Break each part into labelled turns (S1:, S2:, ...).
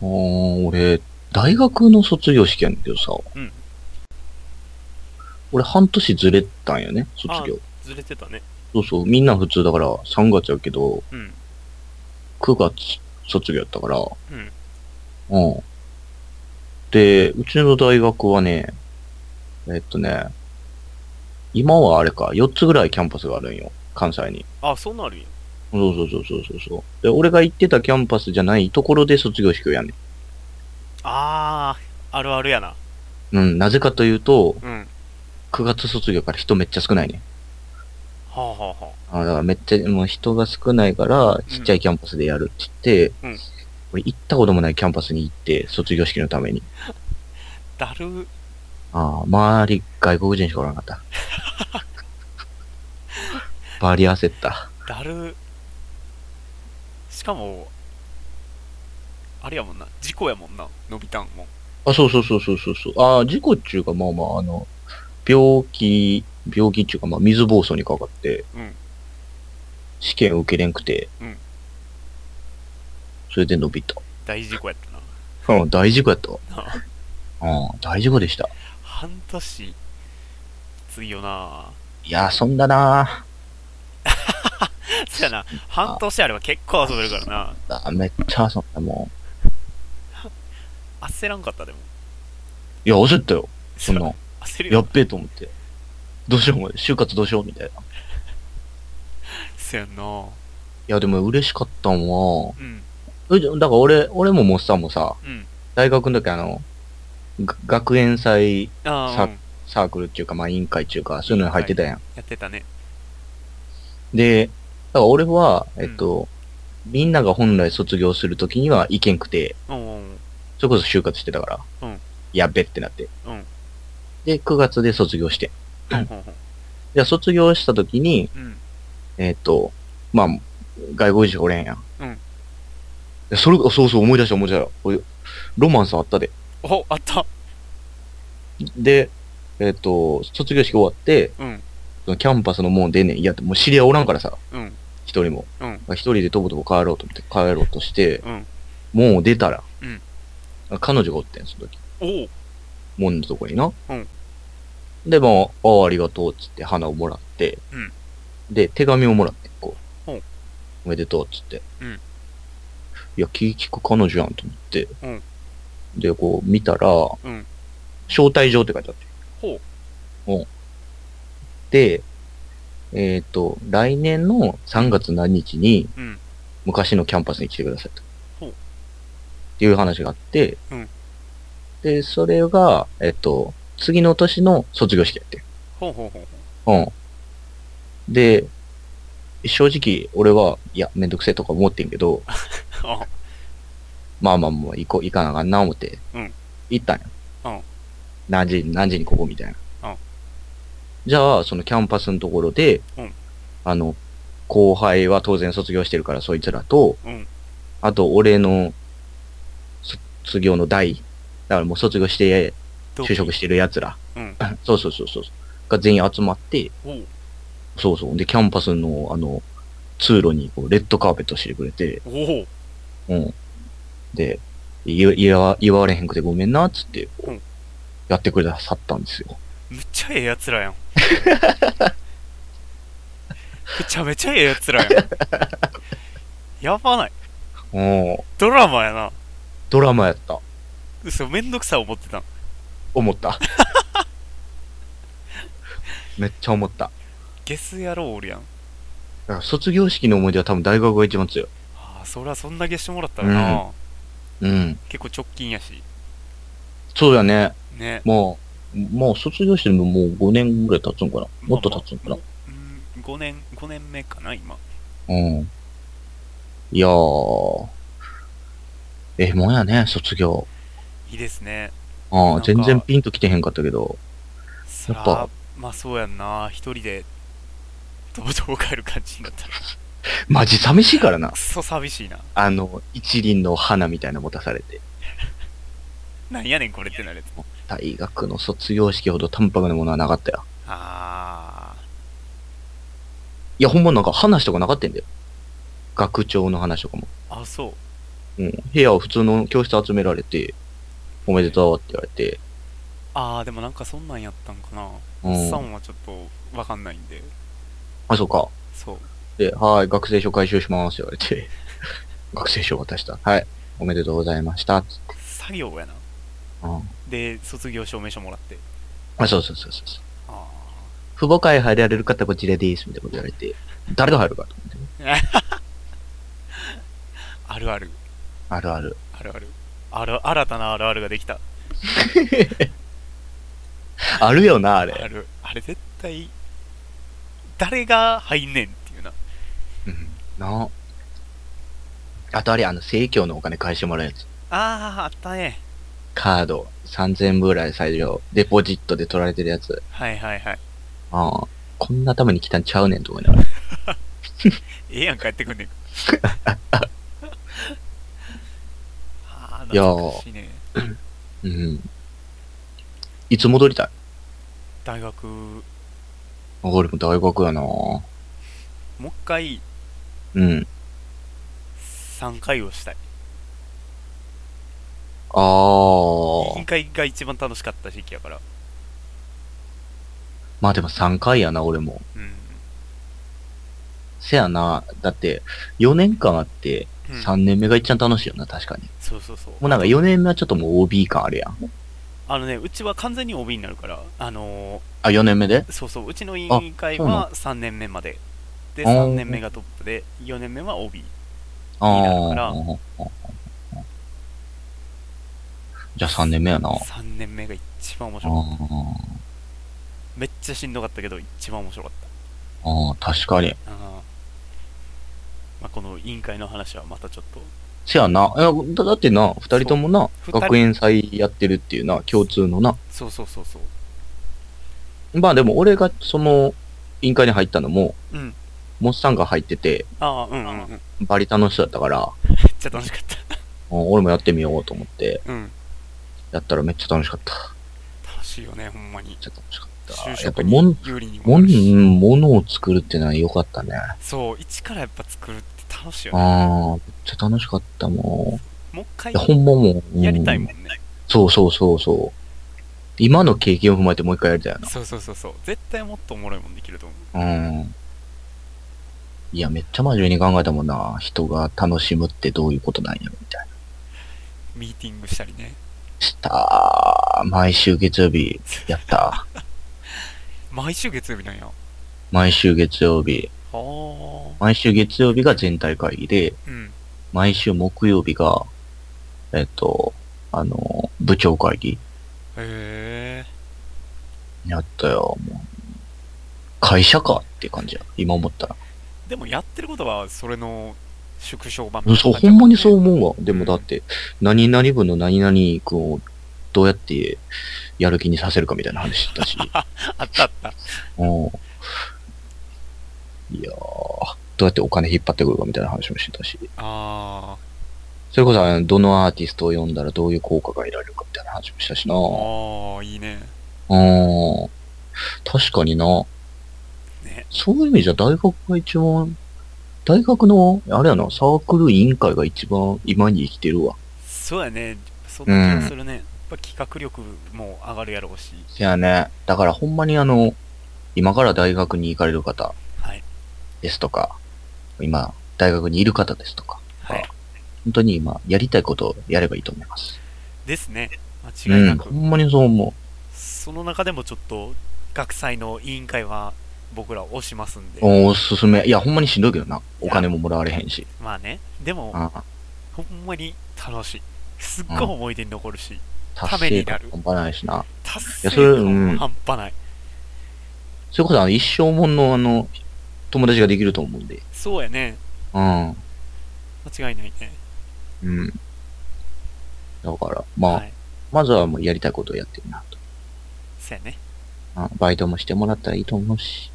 S1: あー俺、大学の卒業式やねんけどさ。
S2: うん
S1: 俺、半年ずれたんよね、卒業。
S2: ずれてたね。
S1: そうそう、みんな普通だから3月やけど、
S2: うん。
S1: 9月卒業やったから。
S2: うん。
S1: うん。で、うちの大学はね、えっとね、今はあれか、4つぐらいキャンパスがあるんよ、関西に。
S2: あ、そうなるんや。
S1: そうそうそうそうそうそう。で、俺が行ってたキャンパスじゃないところで卒業式をやんね
S2: あー、あるあるやな。
S1: ん。うん、なぜかというと、
S2: うん。は
S1: 9月卒業から人めっちゃ少ないね。
S2: あはあは
S1: あだからめっちゃ、もう人が少ないから、ちっちゃいキャンパスでやるって
S2: う
S1: 言
S2: ん
S1: っ
S2: うん
S1: て、俺行ったこともないキャンパスに行って、卒業式のために。
S2: あ。だる、
S1: ああ、周り外国人しかおらなか った。バリ焦った。
S2: だる。しかも、あれやもんな。事故やもんな。のびたんもん。
S1: あ、そうそうそうそうそうそう。ああ、事故っちゅうか、まあまあ、あの、病気、病気っちゅうか、まあ、水暴走にかかって、
S2: うん
S1: 試験受けれんくて、
S2: うん
S1: それで伸びた。
S2: 大事故やったな。
S1: うん、大事故やったわ。
S2: なあ
S1: うん、大事故でした。
S2: 半年、きついよな。
S1: いや、遊んだな
S2: そうやな。半年あれば結構遊べるからな。
S1: ぁ。めっちゃ遊んだも
S2: 焦らんかったでも。
S1: ん。いや、焦ったよ。そんな。
S2: 焦る
S1: や
S2: よ
S1: っ。べえと思って。どうしようも、就活どうしようみたいな。い
S2: そうやんな。
S1: や、でも嬉しかったんは、
S2: うん。
S1: えだから俺、俺もモッサンもさ、
S2: うん。
S1: 大学の時あの、が学園祭
S2: ああ、
S1: さ
S2: うん
S1: サークルっていうか、まあ委員会っていうか、そういうのに入ってたやん。
S2: やってたね。
S1: で、だから俺は、えっと、みんなが本来卒業する時には行けんくて、
S2: うんうんうん。
S1: それこそ就活してたから、
S2: うん
S1: やっべってなって。
S2: うん
S1: で、9月で卒業して。
S2: うんうんうん
S1: じゃあ卒業した時に、
S2: うん。
S1: えっと、まあ、外国人おれんやん。
S2: うん
S1: いやそれ、そうそう、思い出した思い出した。俺ロマンスあったで。
S2: お、あった。
S1: で、えっ、と、卒業式終わって、
S2: うん。
S1: そのキャンパスの門出んねん。いや、もう知り合いおらんからさ、
S2: うん。
S1: 一人も。
S2: うん。
S1: 一人でとぼとぼ帰ろうと思って、帰ろうとして、
S2: うん。
S1: 門を出たら、
S2: うん
S1: 彼女がおってん、その時。
S2: おう
S1: 門のとこにな。
S2: うん
S1: で、まあ、ああ、ありがとう、つって花をもらって、
S2: うん
S1: で、手紙をもらって、こう、
S2: うん
S1: おめでとう、つって。
S2: うん
S1: いや、気利く彼女やんと思って、
S2: うん
S1: で、こう、見たら、
S2: ん
S1: 招待状って書いてあって。
S2: ほ
S1: で、えっ、と、来年の3月何日に
S2: う。うん。
S1: 昔のキャンパスに来てくださいと。
S2: ほう
S1: っていう話があって、
S2: うん
S1: で、それが、えっ、と、次の年の卒業式やって。
S2: ほうほうほうほ
S1: うん。で、正直、俺は、いや、めんどくせえとか思ってんけど、
S2: う。あ、
S1: まあまあもう行こう、行かなあかんな思って、
S2: うん
S1: 行ったんや。
S2: うん
S1: 何時、何時にここみたいな。
S2: うん
S1: じゃあ、そのキャンパスのところで、
S2: うん
S1: あの、後輩は当然卒業してるから、そいつらと、
S2: うん
S1: あと、俺の卒業の代、だからもう卒業して、
S2: どう
S1: 就職してる奴ら、
S2: うん。
S1: そうそうそうそう、が全員集まって、
S2: おう。
S1: そうそう、で、キャンパスの、あの、通路にこうレッドカーペットしてくれて、
S2: お
S1: う
S2: う。
S1: ん。で、い祝わ祝われへんくてごめんな、っつって、
S2: うん
S1: やってくれさったんですよ。
S2: むっちゃええやつら やん。めちゃめちゃええやつらやん。やばない。
S1: うん。
S2: ドラマやな。
S1: ドラマやった。
S2: 嘘、めんどくさい思ってたん。
S1: 思った。 めっちゃ思った。だ
S2: ゲス野郎おるやん。
S1: から卒業式の思い出は多分大学が一番強い。
S2: ああ、そりゃそんだけしてもらったらな。
S1: うん。
S2: 結構直近やし。
S1: そうだね。
S2: ね。
S1: もう、もう卒業してももう5年ぐらい経つんかな。もっと経つんかな。
S2: うん、5年、5年目かな、今。
S1: うん。いやー。ええもんやね、卒業。
S2: いいですね。
S1: あ
S2: なん
S1: あ、
S2: か
S1: 全然ピンと来てへんかったけど。
S2: そ
S1: や
S2: ら
S1: っぱ
S2: まあそうやんな一人でどうどう帰る感じになったら
S1: マジ寂しいからな
S2: ク。ソ寂しいな
S1: あの、一輪の花みたいなの持たされて。
S2: なんやねんこれってなるやつ
S1: 大学の卒業式ほど淡白なものはなかったよ。
S2: あ
S1: いや、ほんまなんか話とかなかったんだよ。学長の話とかも。
S2: ーあそう
S1: うん、部屋を普通の教室集められて、おめでとうって言われて、
S2: ああでもなんかそんなんやったんかな
S1: う
S2: おっさ
S1: ん、
S2: んはちょっとわかんないんで
S1: あ、そうか。
S2: そう
S1: で、はーい、学生証回収しますって言われて、 学生証渡した。はい、おめでとうございました。つって
S2: 作業やな
S1: うん、
S2: で卒業証明書もらって
S1: あ、そうそうそうそうそう。
S2: あ
S1: 父母会入られる方こちらです、みたいなこと言われて、誰が入るかと思ってね。
S2: ああるある
S1: あるある。
S2: あるあるある新たなあるあるができた
S1: あるよな、あ
S2: あ
S1: れ。
S2: るあれ絶対誰が入んねんっていうな
S1: うん、なあ。あとあれ、あの、生協のお金返してもらうやつ。
S2: あああったね
S1: カード、3000分ぐらい最初、デポジットで取られてるやつ。
S2: はいはいはい
S1: ああ、こんなために来たんちゃうねんと思いながら。
S2: ええやん帰ってくん ねんああ
S1: いやー
S2: 懐かしいね
S1: うん。いつ戻りたい
S2: 大学も
S1: 俺も大学やな
S2: う一回
S1: うん。
S2: 3回をしたい
S1: あ
S2: 委員
S1: あ。
S2: 会が一番楽しかった時期やから
S1: まあでも3回やな、俺も。
S2: うん
S1: せやな。だって、4年間あって、
S2: うん
S1: 3年目が一番楽しいよな、確かに。
S2: そうそうそう
S1: もうなんか4年目はちょっともう OB 感あるやん。
S2: あのねうちは完全に OB になるからあの
S1: あ、4年目で
S2: ーそうそううちの委員会
S1: そうな
S2: は3年目までで
S1: あー
S2: 3年目がトップで4年目は OB
S1: あ
S2: になるから
S1: あ。じゃあ3年目やな。あ
S2: 3年目が一番面白かった
S1: あ
S2: めっちゃしんどかったけど一番面白かっ
S1: ああ、確かに。
S2: たうんまあ、この委員会の話はまたちょっと
S1: せやな。いやだだってな、二人ともな、
S2: そう
S1: 学園祭やってるっていうな、共通のな。
S2: そうそうそうそう
S1: まあでも俺がその、委員会に入ったのも、
S2: うん
S1: モッサンが入ってて、
S2: ああうんうんうんめっ
S1: バリ楽しそうだったから、
S2: ちゃ楽しかった
S1: うん俺もやってみようと思って、
S2: うん
S1: やったらめっちゃ楽しかった。め
S2: 楽しいよねほんまに
S1: っちゃ楽しかった。
S2: 就
S1: やっ
S2: 職
S1: ぱもん
S2: に有利に
S1: も
S2: も
S1: ん
S2: なるし、
S1: 物を作るってのは良かったね。
S2: そう一からやっぱ作るって楽しいよね
S1: ああ、めっちゃ楽しかったも
S2: もう一回
S1: ん。いや、ほんまもう、うん
S2: やりたいもんね
S1: そうそうそうそう。今の経験を踏まえてもう一回やりたいよ
S2: そうそうそうそう絶対もっとおもろいもんできると思う
S1: な。うん。いや、めっちゃ真面目に考えたもんな。人が楽しむってどういうことなんやろ、みたいな。
S2: ミーティングしたりね
S1: したー。毎週月曜日、やった。
S2: 毎週月曜日なんやは
S1: 毎週月曜日。
S2: あ
S1: 毎週月曜日が全体会議で、
S2: うん
S1: 毎週木曜日が、えっと、あの、部長会議。
S2: へえ
S1: やったよ、もう。会社かって感じや。今思ったら。
S2: でもやってることはそれの縮小版
S1: そう、ほんまにそう
S2: う
S1: 思うわ。でもだって、何々部の何々君をどうやってやる気にさせるかみたいな話だ し。
S2: あったあった
S1: うん。いやー、どうやってお金引っ張ってくるかみたいな話もしてたし。
S2: あ
S1: それこそ、あのどのアーティストを読んだらどういう効果が得られるかみたいな話もしたしな。
S2: ーあーいいね
S1: うん。確かにな。
S2: ね
S1: そういう意味じゃ大学が一番、大学の、あれやな、サークル委員会が一番今に生きてるわ。
S2: そうやねそんな気がするね、やっぱ企画力も上がるやろうし
S1: せやね。だからほんまにあの、今から大学に行かれる方
S2: はい
S1: ですとか、今、大学にいる方ですとか、
S2: はい
S1: 本当に今、やりたいことをやればいいと思います。
S2: ですね間違い
S1: うん、
S2: なく、
S1: ほんまにそう思
S2: その中でもちょっと学祭の委員会は僕ら推しますんで
S1: う。おすすめ。いや、ほんまにしんどいけどな。お金ももらわれへんし。
S2: まあねでも
S1: うん。
S2: ほんまに楽しいすっごい思い出に残るし、た
S1: 達
S2: め
S1: 成
S2: にな
S1: 感
S2: る
S1: 半端ないしな。
S2: 達
S1: いや
S2: 成
S1: それ
S2: 感
S1: うん
S2: も半端ない
S1: それこそあの、一生もんのあの、友達ができると思うんで。
S2: そうやね
S1: うん。
S2: 間違いないね
S1: うん。だから、まあ、
S2: はい
S1: まずはもうやりたいことをやってるなと。
S2: そうやね
S1: あバイトもしてもらったらいいと思うし。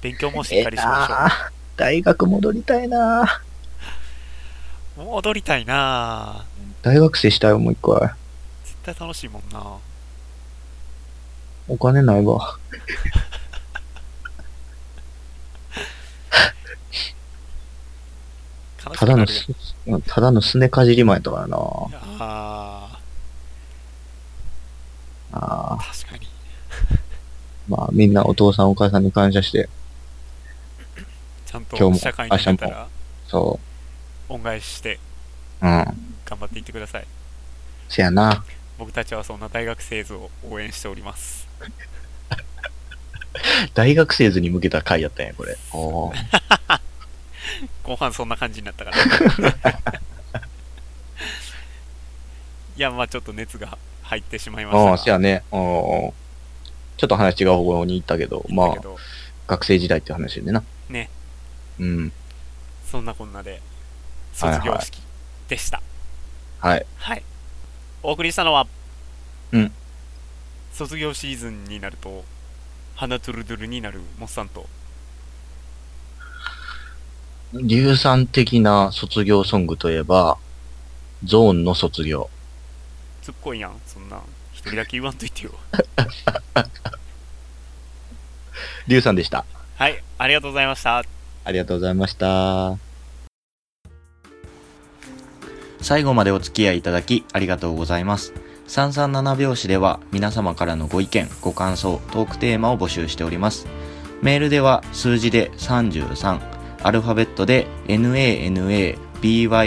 S2: 勉強もしっ
S1: え
S2: かりし
S1: な
S2: ま
S1: あ大学戻りたいなあ
S2: しょう戻りたいなぁ
S1: 大学生したいもう一回。
S2: 絶対楽しいもんな
S1: お金ないわ。
S2: 悲しく
S1: た
S2: な
S1: だ
S2: るや
S1: の
S2: ん
S1: す、ただのすねかじり前とかやな。
S2: あ
S1: あ
S2: あ、
S1: ー
S2: 確かに。
S1: まあ、みんなお父さんお母さんに感謝して、
S2: ちゃん
S1: 今日
S2: と
S1: も
S2: 社会に出たら
S1: そ
S2: 恩返しして
S1: う。うん。
S2: 頑張っていってください。
S1: せやな。
S2: 僕たちはそんな大学生図を応援しております。
S1: 大学生図に向けた回やったんや、これ。おー
S2: 後半そんな感じになったから。 いや、まあちょっと熱が入ってしまいました
S1: あ
S2: が。
S1: あ、せやね。うんうんちょっと話違う方向に行ったけど、ま
S2: だ
S1: あ
S2: け、ど、
S1: 学生時代って話でな。
S2: ね。
S1: うん。
S2: そんなこんなで
S1: はい
S2: 卒業式でした。
S1: はい。
S2: はい。お送りしたのは、
S1: うん。
S2: 卒業シーズンになると、花トゥルドゥルになるモッサンと、
S1: 硫酸的な卒業ソングといえば、ゾーンの卒業。
S2: つっこいやん、そんなん。一人だけ言わんといてよ。
S1: 硫酸でした。
S2: はい、ありがとうございました。
S1: ありがとうございました。
S3: 最後までお付き合いいただきありがとうございます。337拍子では皆様からのご意見、ご感想、トークテーマを募集しております。メールでは数字で33、アルファベットで nanabyousi、ア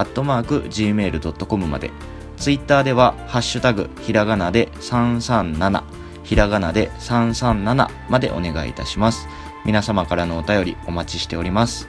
S3: ットマーク gmail.com まで。ツイッターではハッシュタグ、ひらがなで337、ひらがなで337までお願いいたします。皆様からのお便りお待ちしております。